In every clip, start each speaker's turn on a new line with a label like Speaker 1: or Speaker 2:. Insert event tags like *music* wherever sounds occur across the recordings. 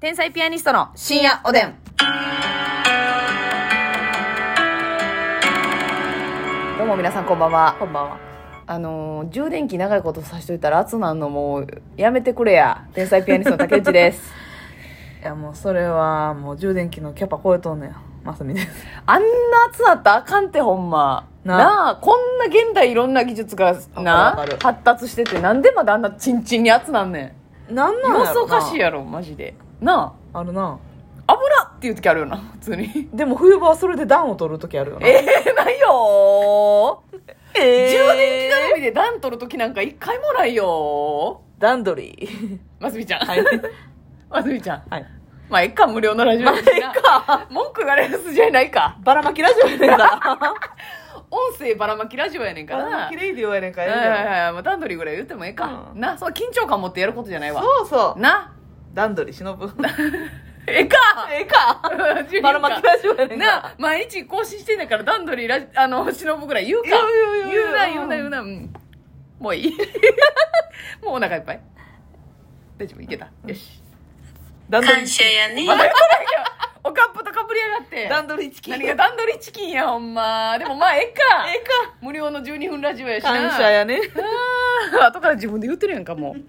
Speaker 1: 天才ピアニストの深夜おでん。どうも皆さんこんばんは。
Speaker 2: こんばんは。
Speaker 1: あのー充電器長いことさしといたら熱なんのもうやめてくれや。天才ピアニストの竹内
Speaker 2: *laughs*
Speaker 1: です。
Speaker 2: いや、もうそれは、もう充電器のキャパ超えとんねや。マスミです。
Speaker 1: あんな熱なったらあかんってほんま。な
Speaker 2: な
Speaker 1: あ、こんな現代いろんな技術が
Speaker 2: わ
Speaker 1: な
Speaker 2: かるわかる
Speaker 1: 発達しててなんでまだあんなチンチンに熱なんね
Speaker 2: なん
Speaker 1: ん。様子お
Speaker 2: か
Speaker 1: か
Speaker 2: し
Speaker 1: し
Speaker 2: い
Speaker 1: い
Speaker 2: や。
Speaker 1: やろ、マジで。な
Speaker 2: あるな。
Speaker 1: あ、油っていう時あるよな、普通に。
Speaker 2: *laughs* でも冬場はそれで暖を取るときあるよな。
Speaker 1: ええないよー
Speaker 2: え
Speaker 1: 充電器頼みで暖取る時なんか一回もないよ
Speaker 2: 段取り。
Speaker 1: ーますみちゃん
Speaker 2: はい。
Speaker 1: ますみちゃん
Speaker 2: *laughs* はい。
Speaker 1: まあ一回無料のラジオやしな
Speaker 2: まあええか
Speaker 1: 文句言われる筋合いないか
Speaker 2: ばらまきラジオやねんから。
Speaker 1: 音声ばらまきラジオやねんか
Speaker 2: ば
Speaker 1: ら
Speaker 2: らまきレイディオやねんか
Speaker 1: はい
Speaker 2: ら。
Speaker 1: はい
Speaker 2: ええ
Speaker 1: はいもう段取りぐらい言ってもええか、
Speaker 2: うん
Speaker 1: なそう緊張感持ってやることじゃない
Speaker 2: やん
Speaker 1: わ
Speaker 2: そうそう。
Speaker 1: な
Speaker 2: 段取り忍ぶ。
Speaker 1: ええか
Speaker 2: *laughs*
Speaker 1: *laughs*
Speaker 2: ええか。ばらまきラジオやねんから。
Speaker 1: な毎日更新してんだから段取りラジあの忍ぶぐらい言うか
Speaker 2: 言う言う言う
Speaker 1: 言うな言うな言うな、うん、もういい *laughs* もうお腹いっぱい大丈夫いけたよし
Speaker 2: 段取
Speaker 3: 感
Speaker 2: り。
Speaker 3: 謝やね。
Speaker 1: まだこれやおかっぽとかぶりやがって
Speaker 2: 段取りチキン。
Speaker 1: 何が段取りチキンやほんまでもまあええか *laughs*
Speaker 2: ええか。
Speaker 1: 無料の12分ラジオやしな *laughs*
Speaker 2: 感謝やね。
Speaker 1: あー後から自分で言ってるやんかもう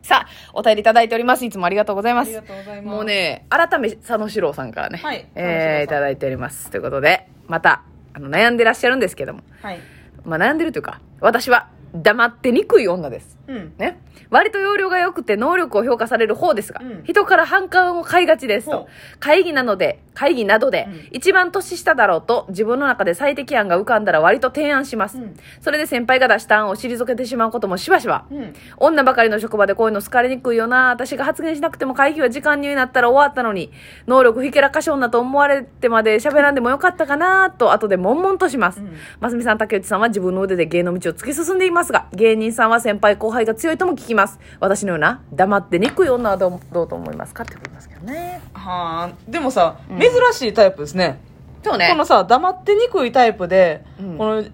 Speaker 1: *laughs* さあお便りいただいておりますいつもありがとうございます
Speaker 2: とうござい
Speaker 1: もう。ね、改め佐野史郎さんからね、
Speaker 2: はい
Speaker 1: えー、いただいております。ということで、また、あの、悩んでらっしゃるんですけども、
Speaker 2: はい。
Speaker 1: まあ、悩んでるというか、私は黙ってにくい女です。
Speaker 2: うん。
Speaker 1: ね。割と容量が良くて能力を評価される方ですが、
Speaker 2: うん
Speaker 1: 人から反感を買いがちです
Speaker 2: ほ
Speaker 1: と
Speaker 2: う。
Speaker 1: 会議なので、会議などで、
Speaker 2: うん
Speaker 1: 一番年下だろうと自分の中で最適案が浮かんだら割と提案します。
Speaker 2: うん
Speaker 1: それで先輩が出した案を退けてしまうこともしばしば。
Speaker 2: うん。
Speaker 1: 女ばかりの職場でこういうの好かれにくいよな私が発言しなくても会議は時間になったら終わったのに能力ひけらかし女と思われてまで喋らんでもよかったかなと後で悶々とします、
Speaker 2: うん
Speaker 1: ますみさん竹内さんは自分の腕で芸の道を突き進んでいますが芸人さんは先輩後輩が強いとも聞きます私のような黙ってにくい女はどうどうと思いますかってことですけどね
Speaker 2: はあでもさ、
Speaker 1: うん
Speaker 2: 珍しいタイプですね
Speaker 1: そう
Speaker 2: このさ黙ってにくいタイプで、
Speaker 1: うん
Speaker 2: この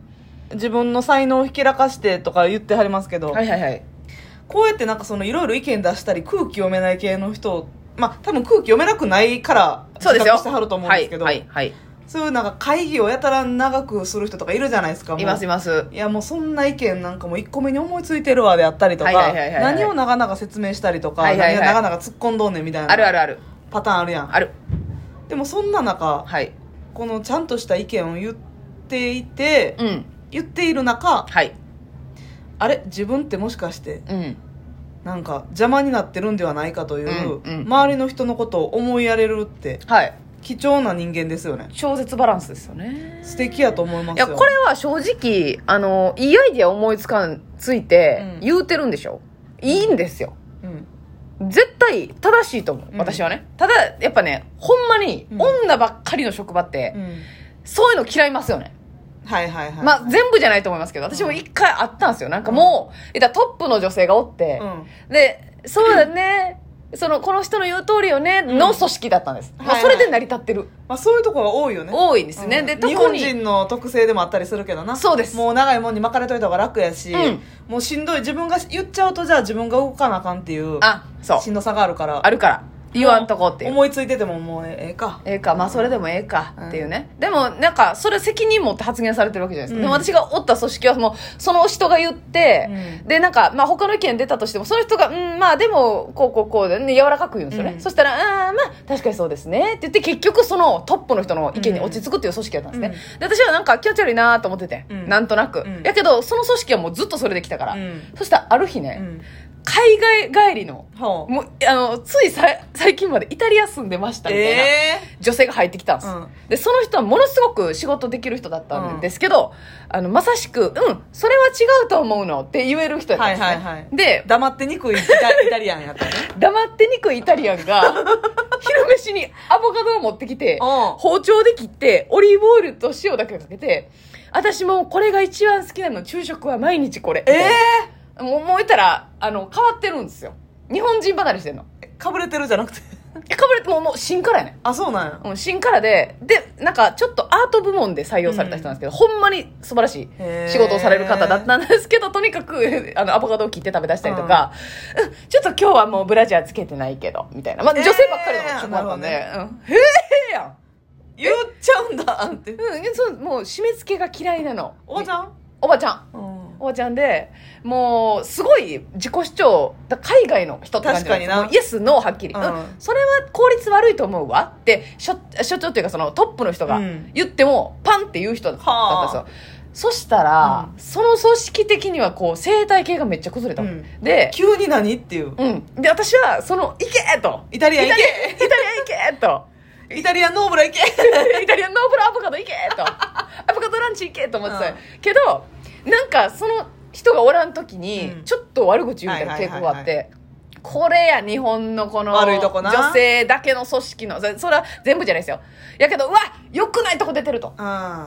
Speaker 2: 自分の才能をひけらかしてとか言ってはりますけど、
Speaker 1: はいはいはい
Speaker 2: こうやってなんかそのいろいろ意見出したり空気読めない系の人まあ多分空気読めなくないから
Speaker 1: そうですよ
Speaker 2: 自覚してはると思うんですけど、
Speaker 1: はいはい、
Speaker 2: そういうなんか会議をやたら長くする人とかいるじゃないですか
Speaker 1: は
Speaker 2: も
Speaker 1: いういますいます
Speaker 2: いやもうそんな意見なんかもう1個目に思いついてるわであったりとか
Speaker 1: はいはいはいはいはい
Speaker 2: 何を長々説明したりとか、
Speaker 1: はいはいはい
Speaker 2: 何を長々突っ込んどんねんみたい
Speaker 1: ある
Speaker 2: な
Speaker 1: あるある
Speaker 2: パターンあるやん
Speaker 1: ある
Speaker 2: でもそんな中
Speaker 1: はい
Speaker 2: このちゃんとした意見を言っていて、
Speaker 1: うん
Speaker 2: 言っている中
Speaker 1: はい
Speaker 2: あれ自分ってもしかして
Speaker 1: うん
Speaker 2: なんか邪魔になってるんではないかという、
Speaker 1: うんうん
Speaker 2: 周りの人のことを思いやれるって
Speaker 1: はい
Speaker 2: 貴重な人間ですよね
Speaker 1: 超絶バランスですよね
Speaker 2: 素敵やと思いま
Speaker 1: い
Speaker 2: すよ
Speaker 1: やこれは正直あのいいアイディア思いつかんついて
Speaker 2: うん
Speaker 1: 言うてるんでしょ、いいんですよ
Speaker 2: うん
Speaker 1: 絶対正しいと思う、
Speaker 2: うん
Speaker 1: 私はねただやっぱねほんまに
Speaker 2: うん
Speaker 1: 女ばっかりの職場って、
Speaker 2: うん
Speaker 1: そういうの嫌いますよね、
Speaker 2: はいはいはい
Speaker 1: まあ全部じゃないと思いますけど私も一回あったんですよなんかもう、えっとトップの女性がおって、
Speaker 2: うん
Speaker 1: でそうだね、そのこの人の言う通りよね、
Speaker 2: うん
Speaker 1: の組織だったんです、ま
Speaker 2: は
Speaker 1: あ、
Speaker 2: い
Speaker 1: そ
Speaker 2: はい
Speaker 1: れで成り立ってる、
Speaker 2: まあ、そういうところが多いよね
Speaker 1: 多いですね、
Speaker 2: うん
Speaker 1: で特に
Speaker 2: 日本人の特性でもあったりするけどな
Speaker 1: そうです
Speaker 2: もう長いもんに巻かれといた方が楽やし、
Speaker 1: うん
Speaker 2: もうしんどい自分が言っちゃうとじゃあ自分が動かなあかんっていう
Speaker 1: あそう
Speaker 2: しんどさがあるから
Speaker 1: あるから言わんとこっていう
Speaker 2: 思いついててももうええか
Speaker 1: ええかまあそれでもええかっていうね、でもなんかそれ責任持って発言されてるわけじゃないですか、
Speaker 2: うん
Speaker 1: でも私がおった組織はもうその人が言って、
Speaker 2: う
Speaker 1: でなんかまあ他の意見出たとしてもその人が「うんまあでもこうこうこうで、ね」柔らかく言うんですよね、
Speaker 2: うん
Speaker 1: そしたら「うんまあ確かにそうですね」って言って結局そのトップの人の意見に落ち着くっていう組織だったんですね、で私はなんか気持ち悪いなと思ってて、
Speaker 2: うん
Speaker 1: なんとなく、
Speaker 2: うん
Speaker 1: やけどその組織はもうずっとそれできたから、
Speaker 2: うん
Speaker 1: そしたらある日ね、
Speaker 2: うん
Speaker 1: 海外帰りの
Speaker 2: ほう
Speaker 1: もうあのついさ最近までイタリア住んでましたみたいな、
Speaker 2: え
Speaker 1: 女性が入ってきたんです、
Speaker 2: うん
Speaker 1: でその人はものすごく仕事できる人だった
Speaker 2: うんん
Speaker 1: ですけど、あのまさしく「うんそれは違うと思うの」って言える人やったんですね、
Speaker 2: はいはいはい
Speaker 1: で
Speaker 2: ー、黙ってにくいイタイタリアンやっ
Speaker 1: *laughs*
Speaker 2: たね
Speaker 1: 黙ってにくいイタリアン
Speaker 2: *laughs*
Speaker 1: が昼飯にアボカドを持ってきて
Speaker 2: おう
Speaker 1: 包丁で切ってオリーブオイルと塩だけかけて私もうこれが一番好きなの昼食は毎日これ
Speaker 2: え
Speaker 1: もうもう言ったらあの変わってるんですよ日本人離れしてんの
Speaker 2: えかぶれてるじゃなくて *laughs*
Speaker 1: えかぶれてもうもう新からやね
Speaker 2: あそうなんや
Speaker 1: うん新からででなんかちょっとアート部門で採用された人なんですけど、ほんまに素晴らし
Speaker 2: へー
Speaker 1: い仕事をされる方だったんですけどとにかくあのアボカドを切って食べ出したりとか、うんちょっと今日はもうブラジャーつけてないけどみたいな、まあ、
Speaker 2: えー
Speaker 1: 女性ばっかりの職場だったんで、
Speaker 2: な
Speaker 1: うん、へえやん
Speaker 2: 言っちゃうんだって
Speaker 1: うんえ、そうもう締め付けが嫌いなの
Speaker 2: おばちゃん
Speaker 1: おばちゃん
Speaker 2: うん
Speaker 1: おばちゃんでもうすごい自己主張だ海外の人って感じんです
Speaker 2: 確かにな
Speaker 1: もうイエスノーはっきり、
Speaker 2: う
Speaker 1: うんんそれは効率悪いと思うわって所所長というかそのトップの人が
Speaker 2: うん
Speaker 1: 言っても、パンって言う人だったんですよ、
Speaker 2: は
Speaker 1: そしたら、
Speaker 2: う
Speaker 1: その組織的にはこう生態系がめっちゃ崩れたの、
Speaker 2: うん
Speaker 1: で、
Speaker 2: 急に何っていう
Speaker 1: うん、で私はその「行け!」と
Speaker 2: イタ
Speaker 1: 「イタ
Speaker 2: リア
Speaker 1: リ
Speaker 2: ン
Speaker 1: ア
Speaker 2: 行
Speaker 1: ンイタリアン行け!」と。
Speaker 2: けイタリアンノーブラ行
Speaker 1: *laughs*
Speaker 2: け
Speaker 1: イタリアンノーブラアボカド行け
Speaker 2: *laughs*
Speaker 1: とアボカドランチ行けと思ってた、
Speaker 2: うん
Speaker 1: けどなんかその人がおらん時に
Speaker 2: うん
Speaker 1: ちょっと悪口言うみたいな傾向があっ
Speaker 2: はいはいはい
Speaker 1: て。これや日本のこの
Speaker 2: 悪いとこな
Speaker 1: 女性だけの組織のそそれは全部じゃないですよやけどうわ良くないとこ出てると
Speaker 2: うん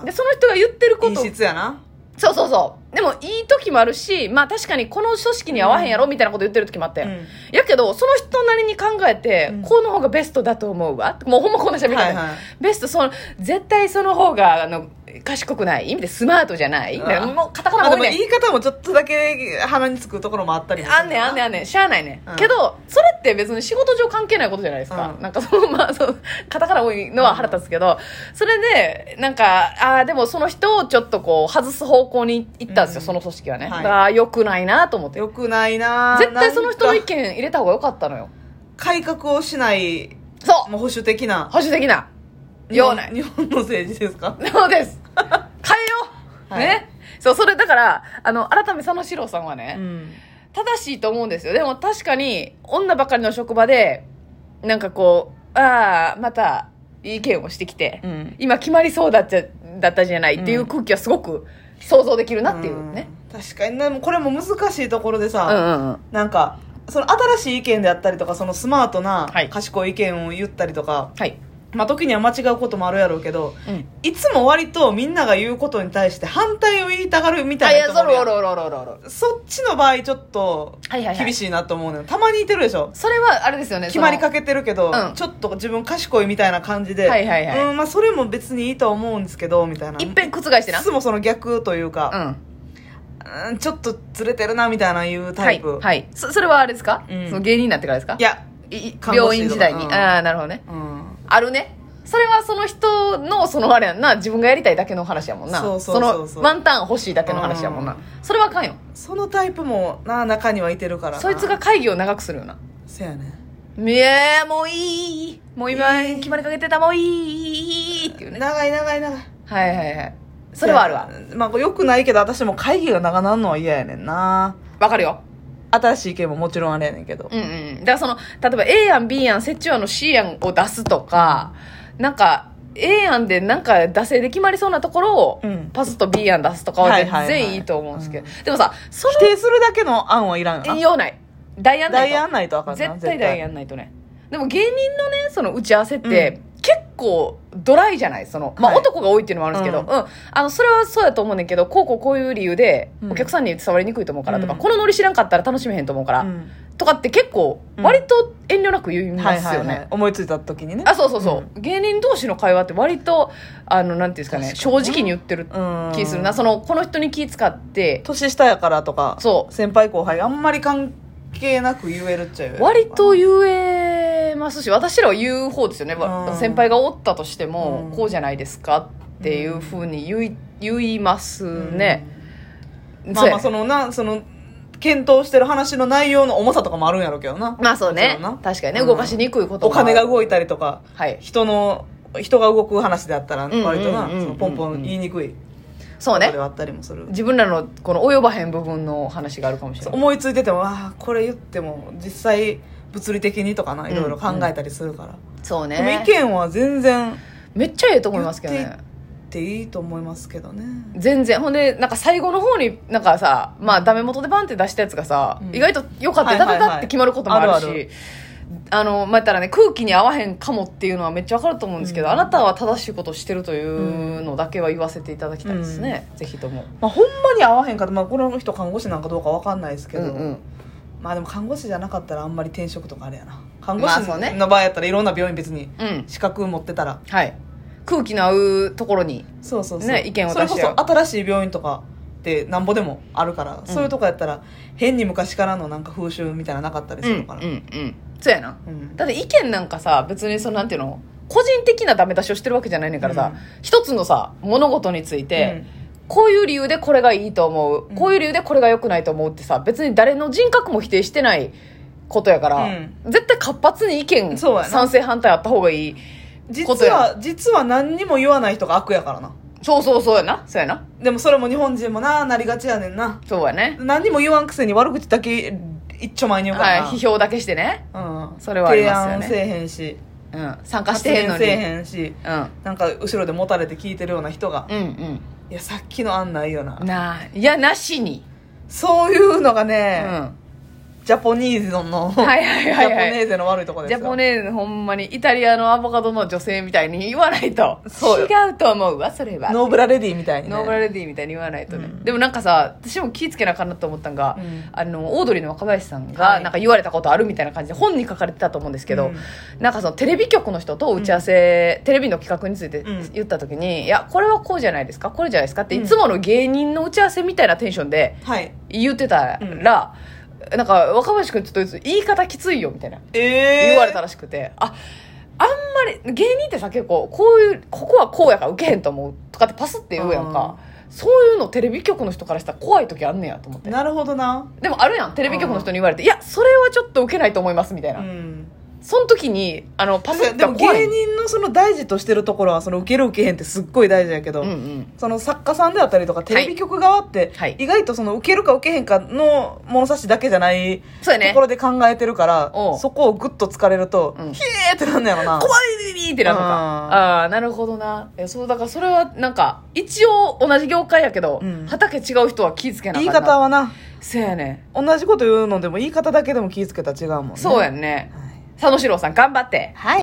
Speaker 1: でその人が言ってること
Speaker 2: 陰質やな
Speaker 1: そうそうそうでもいい時もあるしまあ確かにこの組織に合わへんやろみたいなこと言ってる時もあって、
Speaker 2: うん
Speaker 1: やけどその人なりに考えて、
Speaker 2: うん
Speaker 1: この方がベストだと思うわもうほんまこんなしゃべり方、
Speaker 2: はいはい
Speaker 1: ベストその絶対その方があの賢くない意味でスマートじゃない
Speaker 2: あー
Speaker 1: もうカタカ
Speaker 2: まあ
Speaker 1: ナ
Speaker 2: で
Speaker 1: 多い
Speaker 2: も
Speaker 1: ねん
Speaker 2: 言い方もちょっとだけ鼻につくところもあったりもす
Speaker 1: あ
Speaker 2: る
Speaker 1: んねんあんねんあんねんしゃあないねん、
Speaker 2: うん
Speaker 1: けどそれって別に仕事上関係ないことじゃないですか、
Speaker 2: うん
Speaker 1: なんかそのまあそのカタカナ多いのは腹立つけど、それでなんかああでもその人をちょっとこう外す方向に行ったんですよ、
Speaker 2: うん
Speaker 1: その組織はね、
Speaker 2: は
Speaker 1: だ
Speaker 2: い
Speaker 1: から良くないなと思って
Speaker 2: よくないな
Speaker 1: 絶対その人の
Speaker 2: な
Speaker 1: 意
Speaker 2: んか
Speaker 1: 見入れた方が良かったのよ
Speaker 2: 改革をしない
Speaker 1: そう
Speaker 2: もう保守的な
Speaker 1: 保守的なようない
Speaker 2: 日本の政治ですか
Speaker 1: そうです。変えよう、
Speaker 2: はい
Speaker 1: ね。そう、それだから、あの、改め佐野史郎さんはね、
Speaker 2: ん
Speaker 1: 正しいと思うんですよ。でも確かに、女ばかりの職場で、なんかこう、ああ、また、意見をしてきて、
Speaker 2: ん
Speaker 1: 今決まりそうだっちゃ、だったじゃないっていううん空気はすごく想像できるなっていうね。
Speaker 2: うん確かにねもうこれも難しいところで
Speaker 1: うんう
Speaker 2: さ、
Speaker 1: んうん。
Speaker 2: なんかその新しい意見であったりとかそのスマートな
Speaker 1: はい
Speaker 2: 賢い意見を言ったりとか、
Speaker 1: はい。
Speaker 2: まあ、時には間違うこともあるやろうけど
Speaker 1: うん。
Speaker 2: いつも割とみんなが言うことに対して反対を言いたがるみた
Speaker 1: あい
Speaker 2: い
Speaker 1: や、
Speaker 2: な人
Speaker 1: そ
Speaker 2: もいる
Speaker 1: ろ
Speaker 2: や
Speaker 1: お
Speaker 2: ん
Speaker 1: ろおろおろおろおろ。
Speaker 2: そっちの場合ちょっと
Speaker 1: はいはいはい
Speaker 2: 厳しいなと思うのよたまにいてるでしょ
Speaker 1: それは、あれですよね。
Speaker 2: 決まりか
Speaker 1: け。
Speaker 2: けてるけど、
Speaker 1: うん
Speaker 2: ちょっと自分賢いみたいな感じで、
Speaker 1: はいはいはい
Speaker 2: うんまあ、それも別にいいとは思うんですけどみたいない
Speaker 1: っぺん覆して
Speaker 2: い
Speaker 1: な。
Speaker 2: つもその逆というか、
Speaker 1: うん。
Speaker 2: うんちょっとずれてるなみたいないうタイプ、
Speaker 1: はい。はい。そ、それはあれですか、
Speaker 2: うん
Speaker 1: その芸人になってからですか
Speaker 2: い、や、
Speaker 1: いい
Speaker 2: 看護
Speaker 1: 病
Speaker 2: 師
Speaker 1: 院
Speaker 2: とか
Speaker 1: 時代に。
Speaker 2: うん
Speaker 1: ああ、なるほどね。
Speaker 2: うん、
Speaker 1: あるねそれはその人のそのあれやんな自分がやりたいだけの話やもんな
Speaker 2: そうそうそうそう
Speaker 1: のワンタン欲しいだけの話やもんな、
Speaker 2: うん
Speaker 1: それはあかんよ
Speaker 2: そのタイプもな中にはいてるからな
Speaker 1: そいつが会議を長くするよな
Speaker 2: せやね
Speaker 1: いやーもういいもう今
Speaker 2: いい
Speaker 1: 決まりかけてたもういいっていうね
Speaker 2: 長い長い長い
Speaker 1: はいはいはいそれはあるわ
Speaker 2: せやねまあよくないけど私も会議が長なんのは嫌やねんな
Speaker 1: わかるよ
Speaker 2: 新しい意見ももちろんあれやねんけど、
Speaker 1: うんうんだからその例えば A 案 B 案折衷案の C 案を出すとかなんか A 案でなんか惰性で決まりそうなところを、
Speaker 2: うん
Speaker 1: パスと B 案出すとかは
Speaker 2: はい
Speaker 1: 全
Speaker 2: はいはい
Speaker 1: 然いいと思うんですけど、でもさその
Speaker 2: 否定するだけの案はいらんよ
Speaker 1: 言い
Speaker 2: な
Speaker 1: ようない大案ない
Speaker 2: 大
Speaker 1: と
Speaker 2: 案ないとあかんな
Speaker 1: 絶対大案やんないとねでも芸人のねその打ち合わせって、結構ドライじゃないその、まあ、
Speaker 2: はい
Speaker 1: 男が多いっていうのもあるんですけど、
Speaker 2: うん
Speaker 1: うんあのそれはそうやと思うねんけどこうこうこういう理由で
Speaker 2: うん
Speaker 1: お客さんに伝わりにくいと思うからとか、
Speaker 2: うん
Speaker 1: このノリ知らんかったら楽しめへんと思うから、
Speaker 2: うん
Speaker 1: とかって結構
Speaker 2: うん
Speaker 1: 割と遠慮なく言い
Speaker 2: は
Speaker 1: ま
Speaker 2: い
Speaker 1: す
Speaker 2: はい
Speaker 1: よね、
Speaker 2: はい、思いついた時にね
Speaker 1: あそうそうそう、芸人同士の会話って割とあのなんていうんですかね
Speaker 2: 確か
Speaker 1: 正
Speaker 2: に
Speaker 1: 直に言ってる
Speaker 2: うん
Speaker 1: 気するな、そのこの人に気使って
Speaker 2: 年下やからとか
Speaker 1: そう
Speaker 2: 先輩後輩あんまり関係なく言えるっちゃ言える
Speaker 1: 割と言えますし私らは言う方ですよね、わ
Speaker 2: うん
Speaker 1: 先輩がおったとしても、
Speaker 2: うん
Speaker 1: こうじゃないですかっていうふうに言い言いますね、
Speaker 2: まあまあ
Speaker 1: そ
Speaker 2: そのなその検討してる話の内容の重さとかもあるんやろうけどな
Speaker 1: うまあそう
Speaker 2: も
Speaker 1: ね
Speaker 2: ちろんな
Speaker 1: 確かにね、
Speaker 2: うん
Speaker 1: 動かしにくいこと
Speaker 2: お
Speaker 1: もある
Speaker 2: 金が動いたりとか
Speaker 1: はい
Speaker 2: 人の人が動く話であったら
Speaker 1: んうん
Speaker 2: 割とな
Speaker 1: うん
Speaker 2: そのポンポン言いにくい
Speaker 1: そう
Speaker 2: こと
Speaker 1: ね
Speaker 2: ではあったりもする、
Speaker 1: 自分らのこの及ばへん部分の話があるかもしれない
Speaker 2: 思いついててもああこれ言っても実際物理的にとかないろいろ考えたりするから、
Speaker 1: そうね
Speaker 2: でも意見は全然
Speaker 1: めっちゃええと思いますけど
Speaker 2: 言っ
Speaker 1: ね
Speaker 2: てっていいと思いますけどね
Speaker 1: 全然ほんでなんか最後の方になんかさまあダメ元でバンって出したやつがさ、
Speaker 2: うん
Speaker 1: 意外と良かった
Speaker 2: はい
Speaker 1: よダ
Speaker 2: はい
Speaker 1: メ
Speaker 2: はい
Speaker 1: だって決まることもあるし、
Speaker 2: あるある
Speaker 1: あのまあ言ったらね空気に合わへんかもっていうのはめっちゃ分かると思うんですけど、
Speaker 2: うん
Speaker 1: あなたは正しいことをしてるというのだけは言わせていただきたいですね、ぜひとも
Speaker 2: まあ、ほんまに合わへんかった、まあ、この人看護師なんかどうかわかんないですけど、
Speaker 1: うんうん
Speaker 2: まあでも看護師じゃなかったらあんまり転職とかあれやな看護
Speaker 1: ま
Speaker 2: 師
Speaker 1: あそうね
Speaker 2: の場合やったらいろんな病院別に
Speaker 1: うん
Speaker 2: 資格持ってたら
Speaker 1: はい空気の合うところに
Speaker 2: そうそうそう、
Speaker 1: ね意見を出し
Speaker 2: そ
Speaker 1: 合う
Speaker 2: れこそ新しい病院とかってなんぼでもあるから、そういうとこやったら変に昔からのなんか風習みたいなのなかったり
Speaker 1: う
Speaker 2: す
Speaker 1: んう
Speaker 2: る
Speaker 1: ん
Speaker 2: から、
Speaker 1: うんそうやな
Speaker 2: うん
Speaker 1: だって意見なんかさ別にそのなんていうの個人的なダメ出しをしてるわけじゃないねんからさ、
Speaker 2: うん
Speaker 1: 一つのさ物事について、こういう理由でこれがいいと思う、
Speaker 2: うん
Speaker 1: こういう理由でこれが良くないと思うってさ別に誰の人格も否定してないことやから、
Speaker 2: うん
Speaker 1: 絶対活発に意見
Speaker 2: そうやな
Speaker 1: 賛成反対あった方がいいこと
Speaker 2: 実
Speaker 1: や
Speaker 2: は実は何にも言わない人が悪やからな
Speaker 1: そうそうそうやなそうやな
Speaker 2: でもそれも日本人もななりがちやねんな
Speaker 1: そうやね
Speaker 2: 何にも言わんくせに悪口だけ一丁前に言うから
Speaker 1: はい
Speaker 2: な、
Speaker 1: 批評だけしてね、
Speaker 2: うん、
Speaker 1: それはありますよね
Speaker 2: 提案せえへんし
Speaker 1: うん、参加し
Speaker 2: 発
Speaker 1: てへん
Speaker 2: 言
Speaker 1: の
Speaker 2: せ
Speaker 1: に
Speaker 2: えへんし
Speaker 1: うん
Speaker 2: なんか後ろでもたれて聞いてるような人が、
Speaker 1: うん
Speaker 2: いやさっきの案ないよな
Speaker 1: うんなあいやなしに、
Speaker 2: そういうのがね、
Speaker 1: うん
Speaker 2: ジャポニーズの、
Speaker 1: はいはいはいはい
Speaker 2: ジャポネーゼの悪いところ
Speaker 1: ジ
Speaker 2: で
Speaker 1: ャ
Speaker 2: す
Speaker 1: ポ
Speaker 2: よ。
Speaker 1: ネーズほんまにイタリアのアボカドの女性みたいに言わないと
Speaker 2: そうよ
Speaker 1: 違うと思うわそれは
Speaker 2: ノーブラレディーみたいに、ね。
Speaker 1: ノーブラレディーみたいに言わないとね、
Speaker 2: うん
Speaker 1: でもなんかさ私も気ぃつけなあかんなと思ったんが、
Speaker 2: うん
Speaker 1: あのオードリーの若林さん
Speaker 2: は
Speaker 1: が
Speaker 2: い
Speaker 1: なんか言われたことあるみたいな感じで本に書かれてたと思うんですけど、
Speaker 2: うん
Speaker 1: なんかそのテレビ局の人と打ち合わせ、テレビの企画について
Speaker 2: うん
Speaker 1: 言った時に、いやこれはこうじゃないですかこれじゃないですかっていつもの芸人の打ち合わせみたいなテンションで
Speaker 2: はい。
Speaker 1: 言ってたら、なんか若林君ちょっと言い方きついよみたいな
Speaker 2: ええ
Speaker 1: 言われたらしくて、ああんまり芸人ってさ結構こういうここはこうやからウケへんと思うとかってパスって言うやんかそういうのテレビ局の人からしたら怖い時あんねやと思って
Speaker 2: なるほどな。
Speaker 1: でもあるやんテレビ局の人に言われて「いやそれはちょっとウケないと思います」みたいな、
Speaker 2: うん。
Speaker 1: その時にあのパスって
Speaker 2: でも
Speaker 1: 怖い
Speaker 2: 芸人のその大事としてるところは、その受ける受けへんってすっごい大事やけど、
Speaker 1: うんうん
Speaker 2: その作家さんであったりとか、テレビ局側って
Speaker 1: はい、
Speaker 2: 意外とその受けるか受けへんかの物差しだけじゃない
Speaker 1: そうや
Speaker 2: と
Speaker 1: ね
Speaker 2: ころで考えてるから、
Speaker 1: おう
Speaker 2: そこをグッと疲れると、
Speaker 1: うん
Speaker 2: ヒエーってなんのやろな。
Speaker 1: 怖いってなるのか
Speaker 2: うん
Speaker 1: ああーなるほどないやそうだからそれはなんか一応同じ業界やけど、
Speaker 2: うん
Speaker 1: 畑違う人は気ぃつけなあ
Speaker 2: 言
Speaker 1: か
Speaker 2: い
Speaker 1: った
Speaker 2: 方はな、
Speaker 1: せやねん
Speaker 2: 同じこと言うのでも言い方だけでも気ぃつけたら違うもんね。
Speaker 1: そうやんね
Speaker 2: はい
Speaker 1: 佐野史郎さん頑張って
Speaker 2: はい。